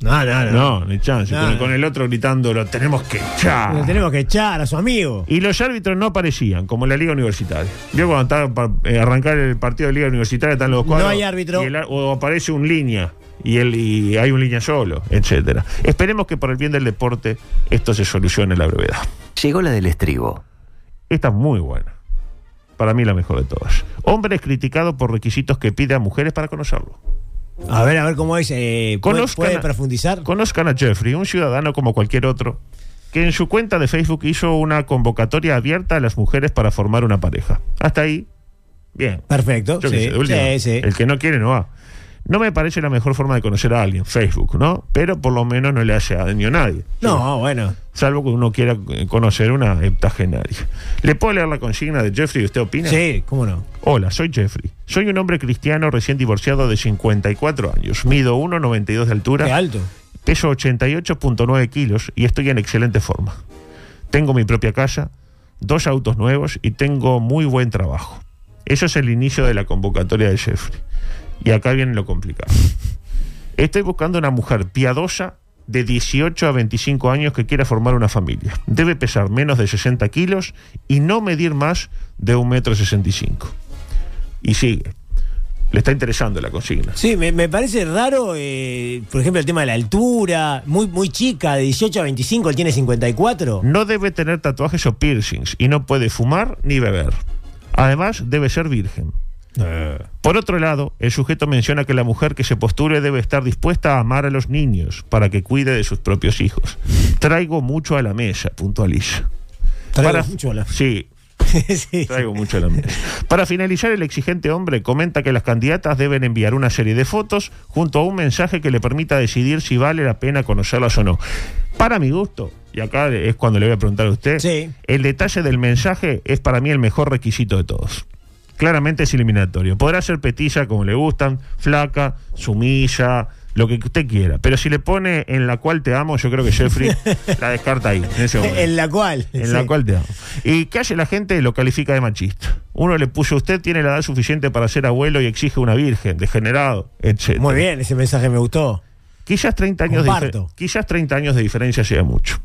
No, no, no.
No, ni chance.
No,
con,
no.
con el otro gritando, lo tenemos que echar.
Lo tenemos que echar a su amigo.
Y los árbitros no aparecían, como en la Liga Universitaria. Vio cuando está para eh, arrancar el partido de Liga Universitaria, están los cuadros.
hay árbitro.
y el ar- o aparece un línea. Y, él, y hay un línea solo, etcétera. Esperemos que por el bien del deporte esto se solucione a la brevedad.
Llegó la del estribo.
Esta es muy buena. Para mí la mejor de todas. Hombre es criticado por requisitos que pide a mujeres para conocerlo.
A ver, a ver cómo es. eh, ¿puede,
Conozcan
puede
a-
profundizar?
Conozcan a Jeffrey, un ciudadano como cualquier otro, que en su cuenta de Facebook hizo una convocatoria abierta a las mujeres para formar una pareja. Hasta ahí, bien.
Perfecto.
Yo qué
Sí,
sé, de última,
sí, sí.
El que no quiere no va. No me parece la mejor forma de conocer a alguien, Facebook, ¿no? Pero por lo menos no le hace daño a nadie.
No, bueno.
Salvo que uno quiera eh, conocer una heptagenaria. ¿Le puedo leer la consigna de Jeffrey? ¿Usted opina?
Sí, cómo no.
Hola, soy Jeffrey. Soy un hombre cristiano recién divorciado de 54 años. Mido 1,92 de altura.
Qué alto.
Peso 88.9 kilos y estoy en excelente forma. Tengo mi propia casa, dos autos nuevos y tengo muy buen trabajo. Eso es el inicio de la convocatoria de Jeffrey. Y acá viene lo complicado. Estoy buscando una mujer piadosa de 18 a 25 años que quiera formar una familia. Debe pesar menos de 60 kilos y no medir más de 1,65 m. Y sigue. Le está interesando la consigna.
Sí, me, me parece raro, eh, por ejemplo, el tema de la altura. Muy, muy chica, de 18 a 25, él tiene 54.
No debe tener tatuajes o piercings y no puede fumar ni beber. Además, debe ser virgen.
Eh.
Por otro lado, el sujeto menciona que la mujer que se postule debe estar dispuesta a amar a los niños para que cuide de sus propios hijos. Traigo mucho a la mesa, puntualiza.
Traigo
Para-
mucho a la-
Sí,
Sí.
Traigo mucho a la mesa. Para finalizar, el exigente hombre comenta que las candidatas deben enviar una serie de fotos junto a un mensaje que le permita decidir si vale la pena conocerlas o no. Para mi gusto, y acá es cuando le voy a preguntar a usted,
Sí.
el detalle del mensaje es para mí el mejor requisito de todos. Claramente es eliminatorio. Podrá ser petilla como le gustan, flaca, sumisa, lo que usted quiera. Pero si le pone en la cual te amo, yo creo que Jeffrey la descarta ahí. en ese momento
En la cual.
en
sí.
la cual te amo. ¿Y qué hace la gente? Lo califica de machista. Uno le puso, usted tiene la edad suficiente para ser abuelo y exige una virgen, degenerado, etc.
Muy bien, ese mensaje me gustó.
Quizás 30 años, de,
Comparto.
difer- quizás 30 años de diferencia sea mucho.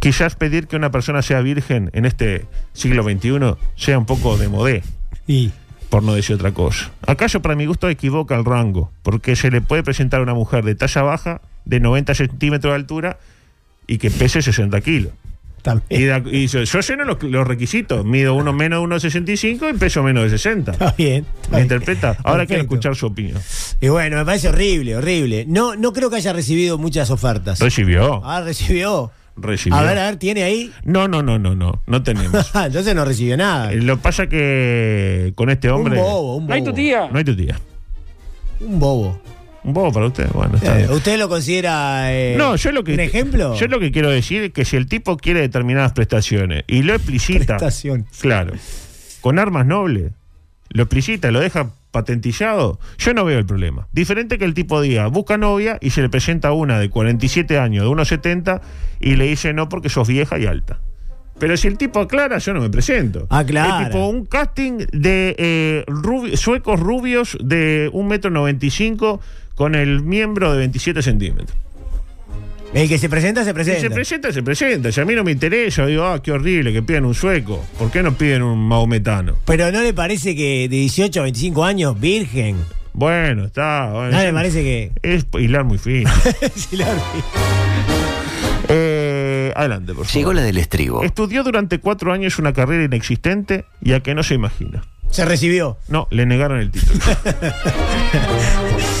Quizás pedir que una persona sea virgen en este siglo XXI sea un poco de modé,
Y.
por no decir otra cosa. ¿Acaso para mi gusto equivoca el rango? Porque se le puede presentar a una mujer de talla baja, de 90 centímetros de altura y que pese 60 kilos. Y,
También.
de ac- y yo, yo lleno los, los requisitos. Mido uno menos de 1,65 y peso menos de 60.
Está bien. está
¿Me
bien.
interpreta? Ahora quiero
Perfecto.
escuchar su opinión.
Y bueno, me parece horrible, horrible. No, no creo que haya recibido muchas ofertas.
Recibió.
Ah, recibió.
Recibió.
A ver, a ver, tiene ahí.
No, no, no, no, no. No tenemos.
Entonces no recibió nada.
Eh, Lo pasa que con este
Un
hombre.
bobo, un
No hay tu
bobo.
tía.
No hay tu tía.
Un bobo.
Un bobo para usted. Bueno, está
Eh,
bien.
¿Usted lo considera eh,
No, yo lo que.
un ejemplo?
Yo lo que quiero decir es que si el tipo quiere determinadas prestaciones y lo explicita.
Prestación.
Claro. Con armas nobles. Lo explicita, lo deja patentillado. Yo no veo el problema. Diferente que el tipo diga, busca novia y se le presenta una de 47 años, de 1,70 y le dice no porque sos vieja y alta. Pero si el tipo aclara, yo no me presento.
Aclara.
Es tipo un casting de eh, rubi- suecos rubios de 1,95m con el miembro de 27 centímetros.
El que se presenta, se
Si
presenta.
se presenta, se presenta. Si a mí no me interesa, digo, ah, qué horrible que piden un sueco. ¿Por qué no piden un maometano?
Pero ¿no le parece que de 18 a 25 años, virgen?
Bueno, está. Bueno,
No, me parece que-
Es hilar muy fino. Eh, adelante, por favor.
Llegó la del estribo.
Estudió durante cuatro años una carrera inexistente y a que no se imagina.
Se recibió.
No, le negaron el título.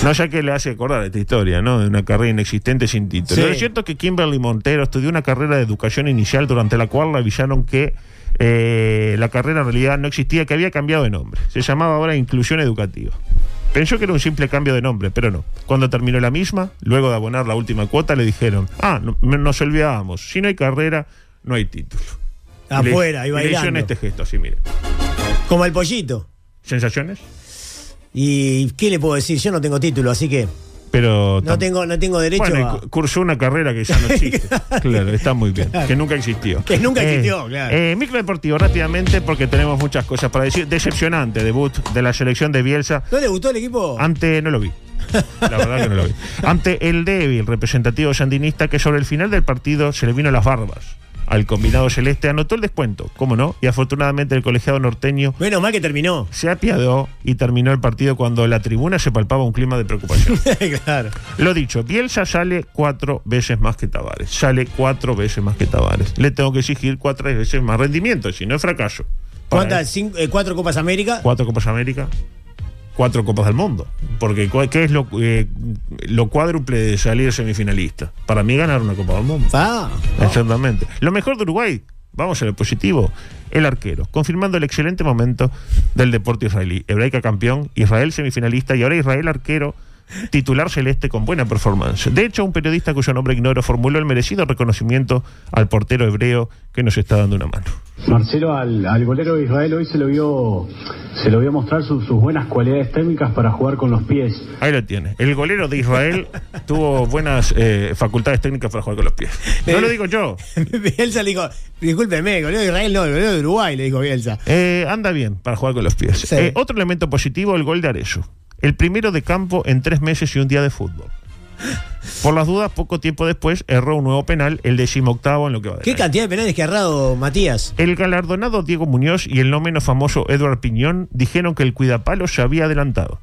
no, ya que le hace acordar esta historia, ¿no? De una carrera inexistente sin título.
Sí.
Lo cierto es que Kimberly Montero estudió una carrera de educación inicial durante la cual le avisaron que eh, la carrera en realidad no existía, que había cambiado de nombre. Se llamaba ahora Inclusión Educativa. Pensó que era un simple cambio de nombre, pero no. Cuando terminó la misma, luego de abonar la última cuota, le dijeron, ah, no- me- nos olvidábamos, si no hay carrera, no hay título. Y le-
Afuera, y
y le hicieron
bailando.
este gesto, así, mire.
Como el pollito.
¿Sensaciones?
¿Y qué le puedo decir? Yo no tengo título, así que
Pero
no
tam-
tengo, no tengo derecho
Bueno, y
a.
cu- cursó una carrera que ya no existe. claro, está muy bien.
Claro.
Que nunca existió.
Que nunca
Eh,
existió, claro.
Eh, microdeportivo, rápidamente, porque tenemos muchas cosas para decir. Decepcionante debut de la selección de Bielsa.
¿No le gustó el equipo?
Ante, no lo vi. La verdad que no lo vi. Ante el débil representativo sandinista que sobre el final del partido se le vino las barbas. Al combinado celeste anotó el descuento, cómo no, y afortunadamente el colegiado norteño
Menos mal que terminó.
se apiadó y terminó el partido cuando la tribuna se palpaba un clima de preocupación.
claro.
Lo dicho, Bielsa sale cuatro veces más que Tavares. Sale cuatro veces más que Tavares. Le tengo que exigir cuatro veces más rendimiento, si no es fracaso. Para
¿Cuántas?
él,
Cinco- eh, ¿Cuatro Copas América?
Cuatro Copas América, cuatro Copas del Mundo. Porque cu- ¿qué es lo, eh, lo cuádruple de salir semifinalista? Para mí ganar una Copa del Mundo.
Ah,
Exactamente. Lo mejor de Uruguay, vamos a lo positivo, el arquero, confirmando el excelente momento del deporte israelí. Hebraica campeón, Israel semifinalista y ahora Israel arquero. Titular celeste con buena performance. De hecho, un periodista cuyo nombre ignoro formuló el merecido reconocimiento al portero hebreo que nos está dando una mano.
Marcelo al, al golero de Israel hoy se lo vio se lo vio mostrar sus- sus buenas cualidades técnicas para jugar con los pies.
Ahí lo tiene. El golero de Israel tuvo buenas eh, facultades técnicas para jugar con los pies. No lo digo yo.
Bielsa le dijo, discúlpeme, goleo de Israel no, el goleo de Uruguay, le dijo Bielsa.
Eh, anda bien para jugar con los pies.
Sí.
Eh, otro elemento positivo, el gol de Arezzo. El primero de campo en tres meses y un día de fútbol. Por las dudas, poco tiempo después erró un nuevo penal, el decimoctavo en lo que va de
¿Qué
año.
cantidad de penales que ha errado Matías?
El galardonado Diego Muñoz y el no menos famoso Edward Piñón dijeron que el cuidapalo se había adelantado.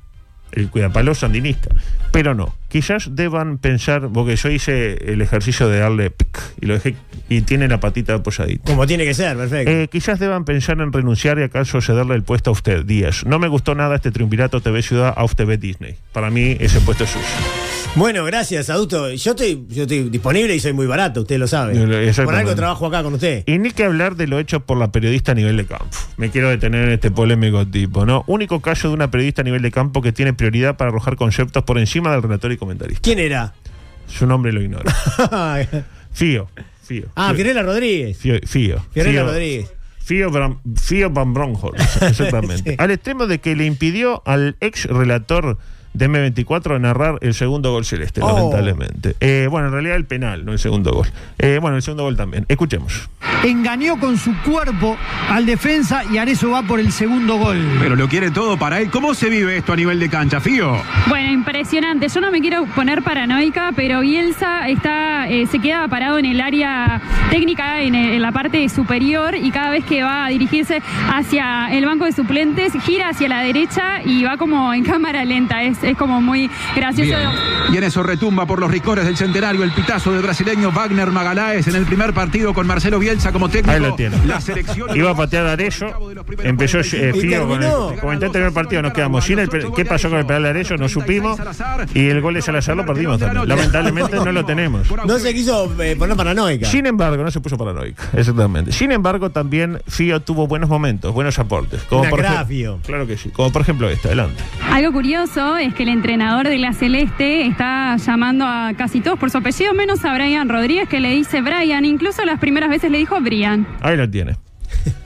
El cuidapalo sandinista. Pero no, quizás deban pensar, porque yo hice el ejercicio de darle pic y lo dejé y tiene la patita apoyadita.
Como tiene que ser, perfecto.
Eh, quizás deban pensar en renunciar y acaso cederle el puesto a usted, Díaz. No me gustó nada este triunvirato TV Ciudad a TV Disney. Para mí ese puesto es suyo.
Bueno, gracias, adulto. Yo estoy, yo estoy disponible y soy muy barato, usted lo sabe.
Yo lo-
Por
exactamente.
algo trabajo acá con usted.
Y ni que hablar de lo hecho por la periodista a nivel de campo. Me quiero detener en este polémico tipo, ¿no? Único caso de una periodista a nivel de campo que tiene prioridad para arrojar conceptos por encima del relator y comentarista.
¿Quién era?
Su nombre lo ignoro.
ah,
Fío. Fío.
Fiorella Rodríguez.
Fío. Fío.
Fiorella
Fío-
Ah, Rodríguez.
Fío, Bram- Fío Van Bronhorst, exactamente.
Sí.
Al extremo de que le impidió al ex relator de M24 narrar el segundo gol celeste,
Oh.
lamentablemente. Eh, bueno, en realidad el penal, no el segundo gol. Eh, bueno, el segundo gol también. Escuchemos.
Engañó con su cuerpo al defensa y Arezo va por el segundo gol.
Pero lo quiere todo para él. ¿Cómo se vive esto a nivel de cancha, Fío?
Bueno, impresionante. Yo no me quiero poner paranoica, pero Bielsa está, eh, se queda parado en el área técnica, en, el- en la parte superior, y cada vez que va a dirigirse hacia el banco de suplentes, gira hacia la derecha y va como en cámara lenta. Es, es como muy gracioso.
Bien. Y en eso retumba por los ricores del centenario el pitazo del brasileño Wagner Magaláes en el primer partido con Marcelo Bielsa como técnico.
Ahí lo tiene.
La selección
Iba a patear a Arello. Empezó eh,
Y
Fío con
terminó.
el comentaste el primer partido. Nos quedamos sin el. pe- ¿Qué pasó con el penal de Arello? No supimos. Y el gol de Salazar lo perdimos también. Lamentablemente no lo tenemos.
No se quiso eh, poner paranoica.
Sin embargo, no se puso paranoica. Exactamente. Sin embargo, también Fío tuvo buenos momentos, buenos aportes.
Un
por ejem-
agravio.
Claro que sí. Como por ejemplo esta, adelante.
Algo curioso es que el entrenador de la Celeste está llamando a casi todos por su apellido, menos a Brian Rodríguez, que le dice Brian. Incluso las primeras veces le dijo Brian.
Ahí lo tiene.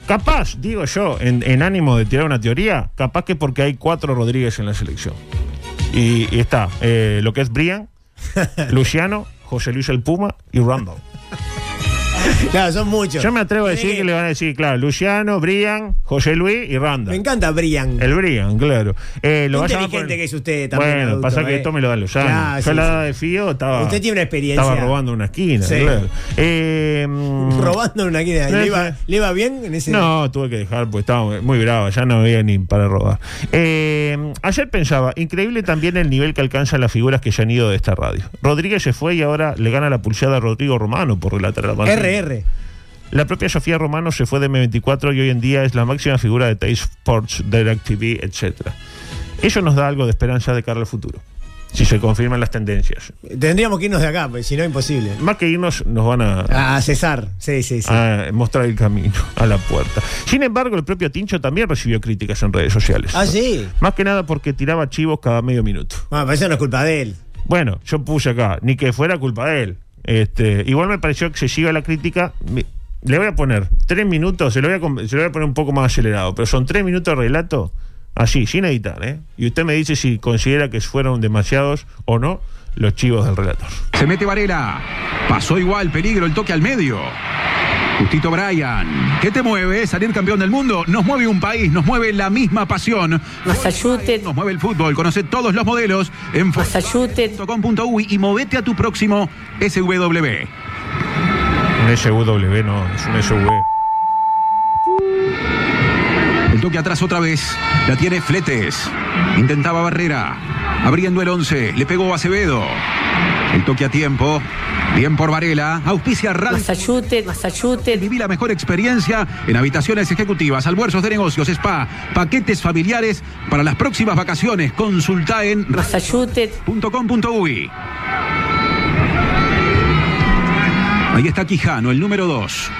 Capaz, digo yo, en, en ánimo de tirar una teoría, capaz que porque hay cuatro Rodríguez en la selección. Y, y está eh, lo que es Brian, Luciano, José Luis el Puma y Randall.
Claro, son muchos.
Yo me atrevo a decir que le van a decir, claro, Luciano, Brian, José Luis y Randall.
Me encanta Brian.
El Brian, claro. Eh, lo va a llamar
Inteligente
por-
que es usted también.
Bueno,
adulto,
pasa que
eh.
esto me lo dan los años.
Claro,
Yo
sí,
la
sí.
edad de Fío estaba.
Usted tiene una experiencia.
Estaba robando una esquina.
Sí.
claro. Eh, mm,
robando una quina.
No,
¿Le iba,
no.
le iba bien en ese
No, tuve que dejar porque estaba muy brava, ya no había ni para robar. Eh, ayer pensaba, increíble también el nivel que alcanzan las figuras que ya han ido de esta radio. Rodríguez se fue y ahora le gana la pulseada a Rodrigo Romano por relatar la marcha.
RR.
La propia Sofía Romano se fue de M24 y hoy en día es la máxima figura de Taste Sports, Direct TV, etc. Eso nos da algo de esperanza de cara al futuro, si se confirman las tendencias.
Tendríamos que irnos de acá, porque si no, imposible.
Más que irnos, nos van a,
A cesar. Sí, sí, Ah, sí.
a mostrar el camino a la puerta. Sin embargo, el propio Tincho también recibió críticas en redes sociales.
Ah, sí.
Más que nada porque tiraba chivos cada medio minuto.
Bueno, pero eso no es culpa de él.
Bueno, yo puse acá, ni que fuera culpa de él. Este, igual me pareció excesiva la crítica. Me- Le voy a poner tres minutos, se lo, voy a, com- se lo voy a poner un poco más acelerado, pero son tres minutos de relato, así, sin editar, ¿eh? Y usted me dice si considera que fueron demasiados o no los chivos del relator.
Se mete Varela. Pasó igual, peligro, el toque al medio. Justito Bryan, ¿qué te mueve salir campeón del mundo? Nos mueve un país, nos mueve la misma pasión. Massachusetts. Nos mueve el fútbol, conoce todos los modelos en Massachusetts.com.uy y movete a tu próximo SW.
Un SW, no, es un SW.
El toque atrás otra vez. La tiene Fletes. Intentaba Barrera. Abriendo el 11. Le pegó Acevedo. El toque a tiempo. Bien por Varela. Auspicia Radio. Massachusetts, Massachusetts. Viví la mejor experiencia en habitaciones ejecutivas, almuerzos de negocios, spa, paquetes familiares para las próximas vacaciones. Consulta en massachusetts.com.uy. Ahí está Quijano, el número 2.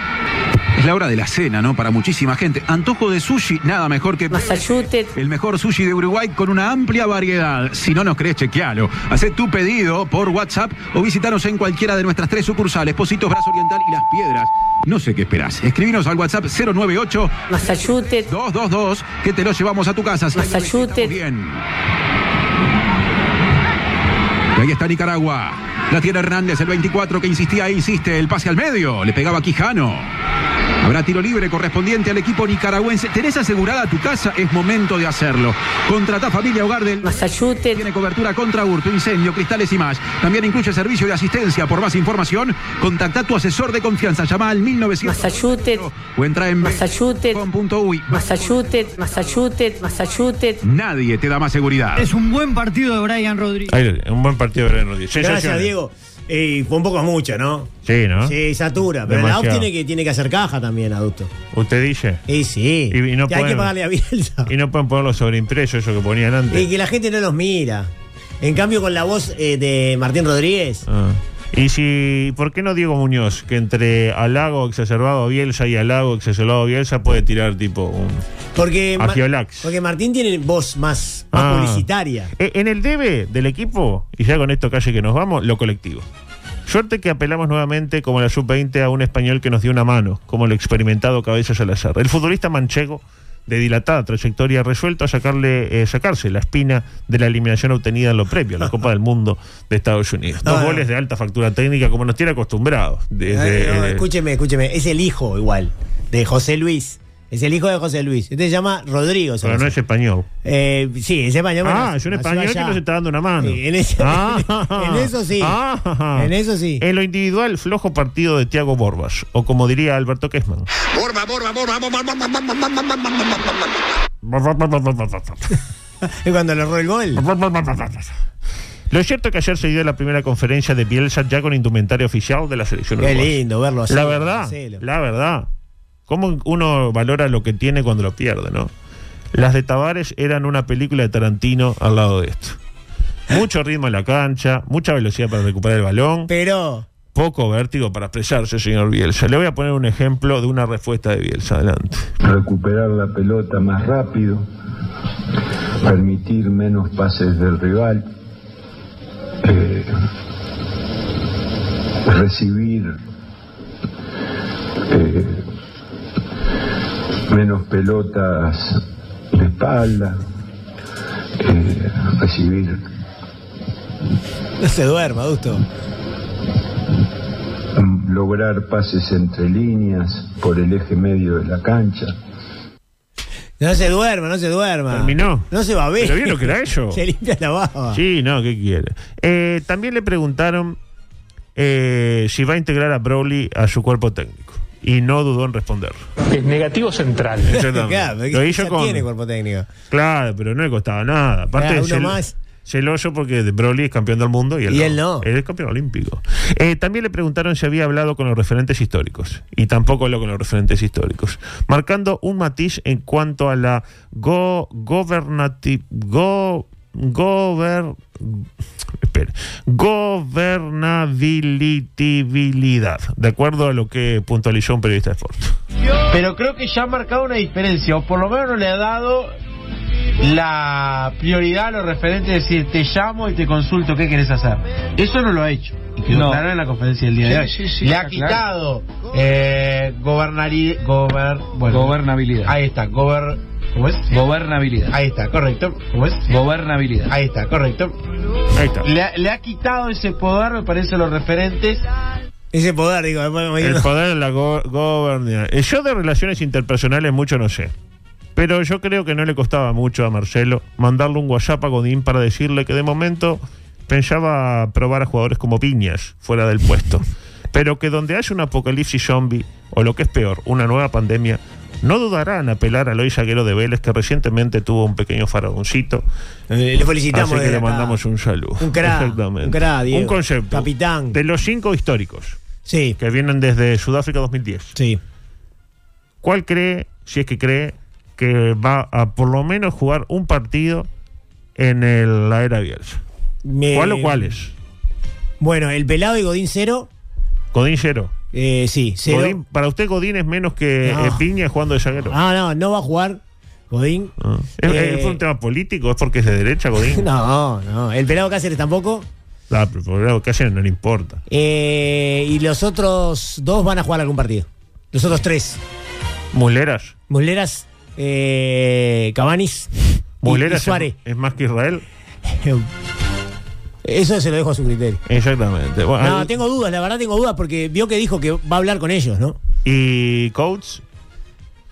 Es la hora de la cena, ¿no? Para muchísima gente. Antojo de sushi, nada mejor que Massachusetts. El mejor sushi de Uruguay con una amplia variedad. Si no nos crees, chequealo. Hacé tu pedido por WhatsApp o visitanos en cualquiera de nuestras tres sucursales, Positos Brazo Oriental y Las Piedras. No sé qué esperás. Escribinos al WhatsApp 098 Massachusetts 222 que te lo llevamos a tu casa. Massachusetts. Bien. Y ahí está Nicaragua. La tiene Hernández, el 24, que insistía e insiste. El pase al medio. Le pegaba Quijano. Habrá tiro libre correspondiente al equipo nicaragüense. ¿Tenés asegurada tu casa? Es momento de hacerlo. Contratá Familia Hogar del Massachusetts. Tiene cobertura contra hurto, incendio, cristales y más. También incluye servicio de asistencia. Por más información, contactá a tu asesor de confianza. Llama al 1900 Massachusetts. o entra en Massachusetts.uy. Massachusetts, Massachusetts, Massachusetts. Nadie te da más seguridad.
Es un buen partido de Brian Rodríguez.
Ahí, un buen partido de Brian Rodríguez.
Gracias,
Sensacional.
Diego. Y fue un poco mucho, ¿no?
Sí, ¿no?
Sí, satura. Pero la
¿Ah?
AUF
Demasiado.
tiene que, tiene que hacer caja también, adulto.
¿Usted dice?
Y sí.
Y, no
Que hay que
pueden-
pagarle a Bielsa.
y no pueden ponerlo sobreimpreso, eso que ponían antes.
Y que la gente no los mira. En cambio, con la voz eh, de Martín Rodríguez.
Ah. Y si, ¿por qué no Diego Muñoz? Que entre halago exacerbado a Bielsa y halago exacerbado a Bielsa puede tirar tipo un...
Porque,
A
Ma-
Fiolax.
porque Martín tiene voz más, más
Ah.
publicitaria.
Eh, En el debe del equipo, y ya con esto calle que nos vamos, lo colectivo. Suerte que apelamos nuevamente, como la sub-20, a un español que nos dio una mano, como el experimentado Cabeza Salazar. El futbolista manchego, de dilatada trayectoria, resuelto a sacarle, eh, sacarse la espina de la eliminación obtenida en lo previo, la Copa del Mundo de Estados Unidos. Dos
Ah, No, no.
goles de alta factura técnica, como nos tiene acostumbrados.
Ay,
Desde,
no,
eh,
escúcheme, escúcheme. Es el hijo igual de José Luis. Es el hijo de José Luis. Este se llama Rodrigo.
pero no es español.
Eh, sí, ese español.
Ah,
nació-
es un
nació
español
allá.
que nos está dando una mano.
Sí, en ese-
Ah.
en eso sí.
Ah.
En eso sí.
En lo individual, flojo partido de Tiago Borbas, o como diría Alberto Kessman.
Borba, borba, borba, borba, borba, borba, borba, borba, borba, borba.
Es cuando le erró el gol.
Ah, Lo cierto es que ayer se dio la primera conferencia de Bielsa ya con indumentaria oficial de la selección
Qué
uruguaya.
lindo verlo así.
La verdad,
Marcelo.
la verdad. ¿Cómo uno valora lo que tiene cuando lo pierde, no? Las de Tavares eran una película de Tarantino al lado de esto. Mucho ritmo en la cancha, mucha velocidad para recuperar el balón,
Pero
poco vértigo para expresarse, señor Bielsa. Le voy a poner un ejemplo de una respuesta de Bielsa. Adelante.
recuperar la pelota más rápido, permitir menos pases del rival, eh, recibir eh, menos pelotas de espalda, eh, recibir
no se duerma, Augusto.
mm, lograr pases entre líneas por el eje medio de la cancha.
No se duerma, no se duerma.
Terminó.
No se va a ver.
Pero bien lo que era ello.
Se limpia la baba.
Sí, no, ¿qué quiere? Eh, también le preguntaron eh, si va a integrar a Broly a su cuerpo técnico. y no dudó en responder.
Es negativo central.
Exactamente. Lo hizo con-
tiene cuerpo técnico.
Claro, pero no le costaba nada. Aparte,
Claro, uno
cel-
más.
celoso porque de Broly es campeón del mundo y él,
Y
no.
él no.
Él es campeón olímpico. Eh, también le preguntaron si había hablado con los referentes históricos y tampoco habló con los referentes históricos, marcando un matiz en cuanto a la go gobernati- go gober espere, gobernabilitabilidad, de acuerdo a lo que puntualizó un periodista de Sport.
Pero creo que ya ha marcado una diferencia, o por lo menos no le ha dado la prioridad a los referentes de decir te llamo y te consulto qué querés hacer. Eso no lo ha hecho. Y quedó
No.
claro en la conferencia del día de hoy.
Sí, sí, sí,
le
está
ha quitado eh, gobernari- gober- bueno.
Gobernabilidad.
Ahí está, gober- ¿cómo es?
Gobernabilidad.
Ahí está, correcto. ¿Cómo es?
Gobernabilidad.
Ahí está, correcto.
Ahí está.
Le, ha- le ha quitado ese poder, me parece, a los referentes.
Ese poder, digo, después me
El
digo-
poder de la go- gobernanza. Eh, Yo de relaciones interpersonales mucho no sé. Pero yo creo que no le costaba mucho a Marcelo mandarle un WhatsApp a Godín para decirle que de momento pensaba probar a jugadores como Piñas fuera del puesto. Pero que donde haya un apocalipsis zombie, o lo que es peor, una nueva pandemia, no dudarán en apelar a Lois Zaguero de Vélez, que recientemente tuvo un pequeño faragoncito.
le felicitamos
Así que
desde
le
acá.
mandamos un saludo.
Un crack, un crack, Diego.
Un concepto. Capitán. De los cinco históricos.
Sí.
Que vienen desde Sudáfrica 2010.
Sí.
¿Cuál cree, si es que cree, que va a por lo menos jugar un partido en el- la era Bielsa?
Me-
¿Cuál o cuáles?
Bueno, el pelado y Godín cero.
Godín cero.
Eh, sí, cero.
Godín- para usted Godín es menos que
No.
eh, Piña jugando de zaguero.
Ah, no, no va a jugar Godín.
Ah. ¿Es,
Eh,
es por un tema político? ¿Es porque es de derecha Godín?
No, no. El pelado Cáceres tampoco.
Ah, pero por algo que hacen no le importa.
Eh, y los otros dos van a jugar algún partido. Los otros tres.
¿Muleras?
Muleras, eh, Cabanis y-
¿Muleras
y Suárez.
es, es más que Israel?
Eso se lo dejo a su criterio.
Exactamente. Bueno,
No,
al-
tengo dudas, la verdad tengo dudas porque vio que dijo que va a hablar con ellos, ¿no?
¿Y Coates?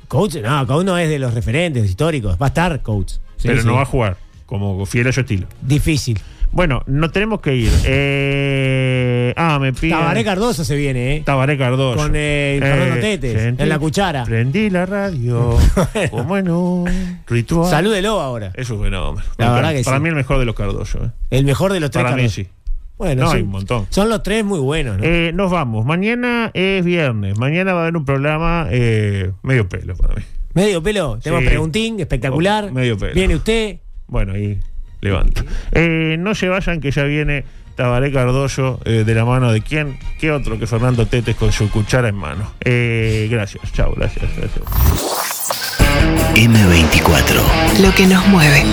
Coach, no, Coach no es de los referentes históricos. Va a estar Coach. Sí,
pero
sí.
no va a jugar, como fiel a su estilo.
Difícil.
Bueno, no tenemos que ir. Eh, ah, me piden.
Tabaré Cardoso se viene, ¿eh?
Tabaré Cardoso.
Con el Fernando Tetes,
sentí-
en la cuchara.
Prendí la radio. como en un ritual.
Salúdelo ahora.
Es un fenómeno.
La verdad que
Para
sí.
mí el mejor de los Cardoso. eh.
El mejor de los tres.
Para mí
Cardoso.
sí.
Bueno,
No,
son,
hay un montón.
son los tres muy buenos, ¿no?
Eh, nos vamos. Mañana es viernes. Mañana va a haber un programa eh, medio pelo para mí.
Medio pelo, tenemos
Sí.
preguntín, espectacular.
Oh, medio pelo.
Viene usted.
Bueno, ahí levanto. Eh, no se vayan que ya viene Tabaré Cardoso eh, de la mano de quién, qué otro que Fernando Tetes con su cuchara en mano. Eh, gracias, chao, gracias, gracias.
M24.
Lo que nos mueve.